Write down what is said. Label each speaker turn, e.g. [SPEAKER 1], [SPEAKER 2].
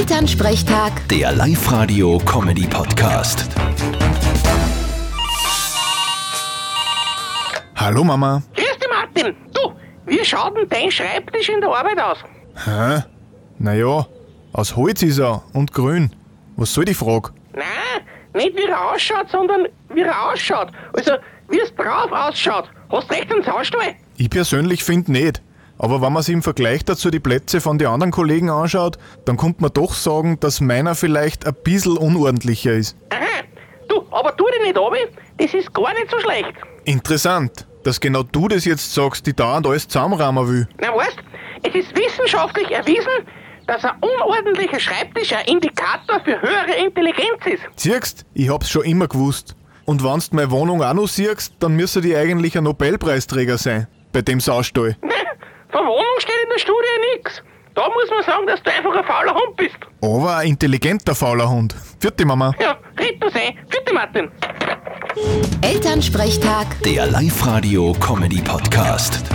[SPEAKER 1] Elternsprechtag,
[SPEAKER 2] Der Live-Radio-Comedy-Podcast.
[SPEAKER 3] Hallo Mama.
[SPEAKER 4] Grüß dich, Martin. Du, wie schaut denn dein Schreibtisch in der Arbeit aus?
[SPEAKER 3] Hä? Naja, aus Holz ist er und grün. Was soll die Frage?
[SPEAKER 4] Nein, nicht wie er ausschaut, sondern wie er ausschaut. Also, wie es drauf ausschaut. Hast recht im Zaunstall?
[SPEAKER 3] Ich persönlich finde nicht. Aber wenn man sich im Vergleich dazu die Plätze von den anderen Kollegen anschaut, dann kommt man doch sagen, dass meiner vielleicht ein bisschen unordentlicher ist.
[SPEAKER 4] Aha. Du, aber tu dich nicht ab, das ist gar nicht so schlecht.
[SPEAKER 3] Interessant, dass genau du das jetzt sagst, die dauernd alles zusammenrahmen will.
[SPEAKER 4] Na weißt, es ist wissenschaftlich erwiesen, dass ein unordentlicher Schreibtisch ein Indikator für höhere Intelligenz ist.
[SPEAKER 3] Siehst, ich hab's schon immer gewusst. Und wenn's meine Wohnung auch noch siehst, dann müsste die eigentlich ein Nobelpreisträger sein. Bei dem Saustall.
[SPEAKER 4] Na, von Wohnung steht in der Studie nichts. Da muss man sagen, dass du einfach ein fauler Hund bist.
[SPEAKER 3] Aber ein intelligenter fauler Hund. Vierte Mama.
[SPEAKER 4] Ja, red das ein. Bitte, Martin.
[SPEAKER 1] Elternsprechtag.
[SPEAKER 2] Der Live-Radio-Comedy-Podcast.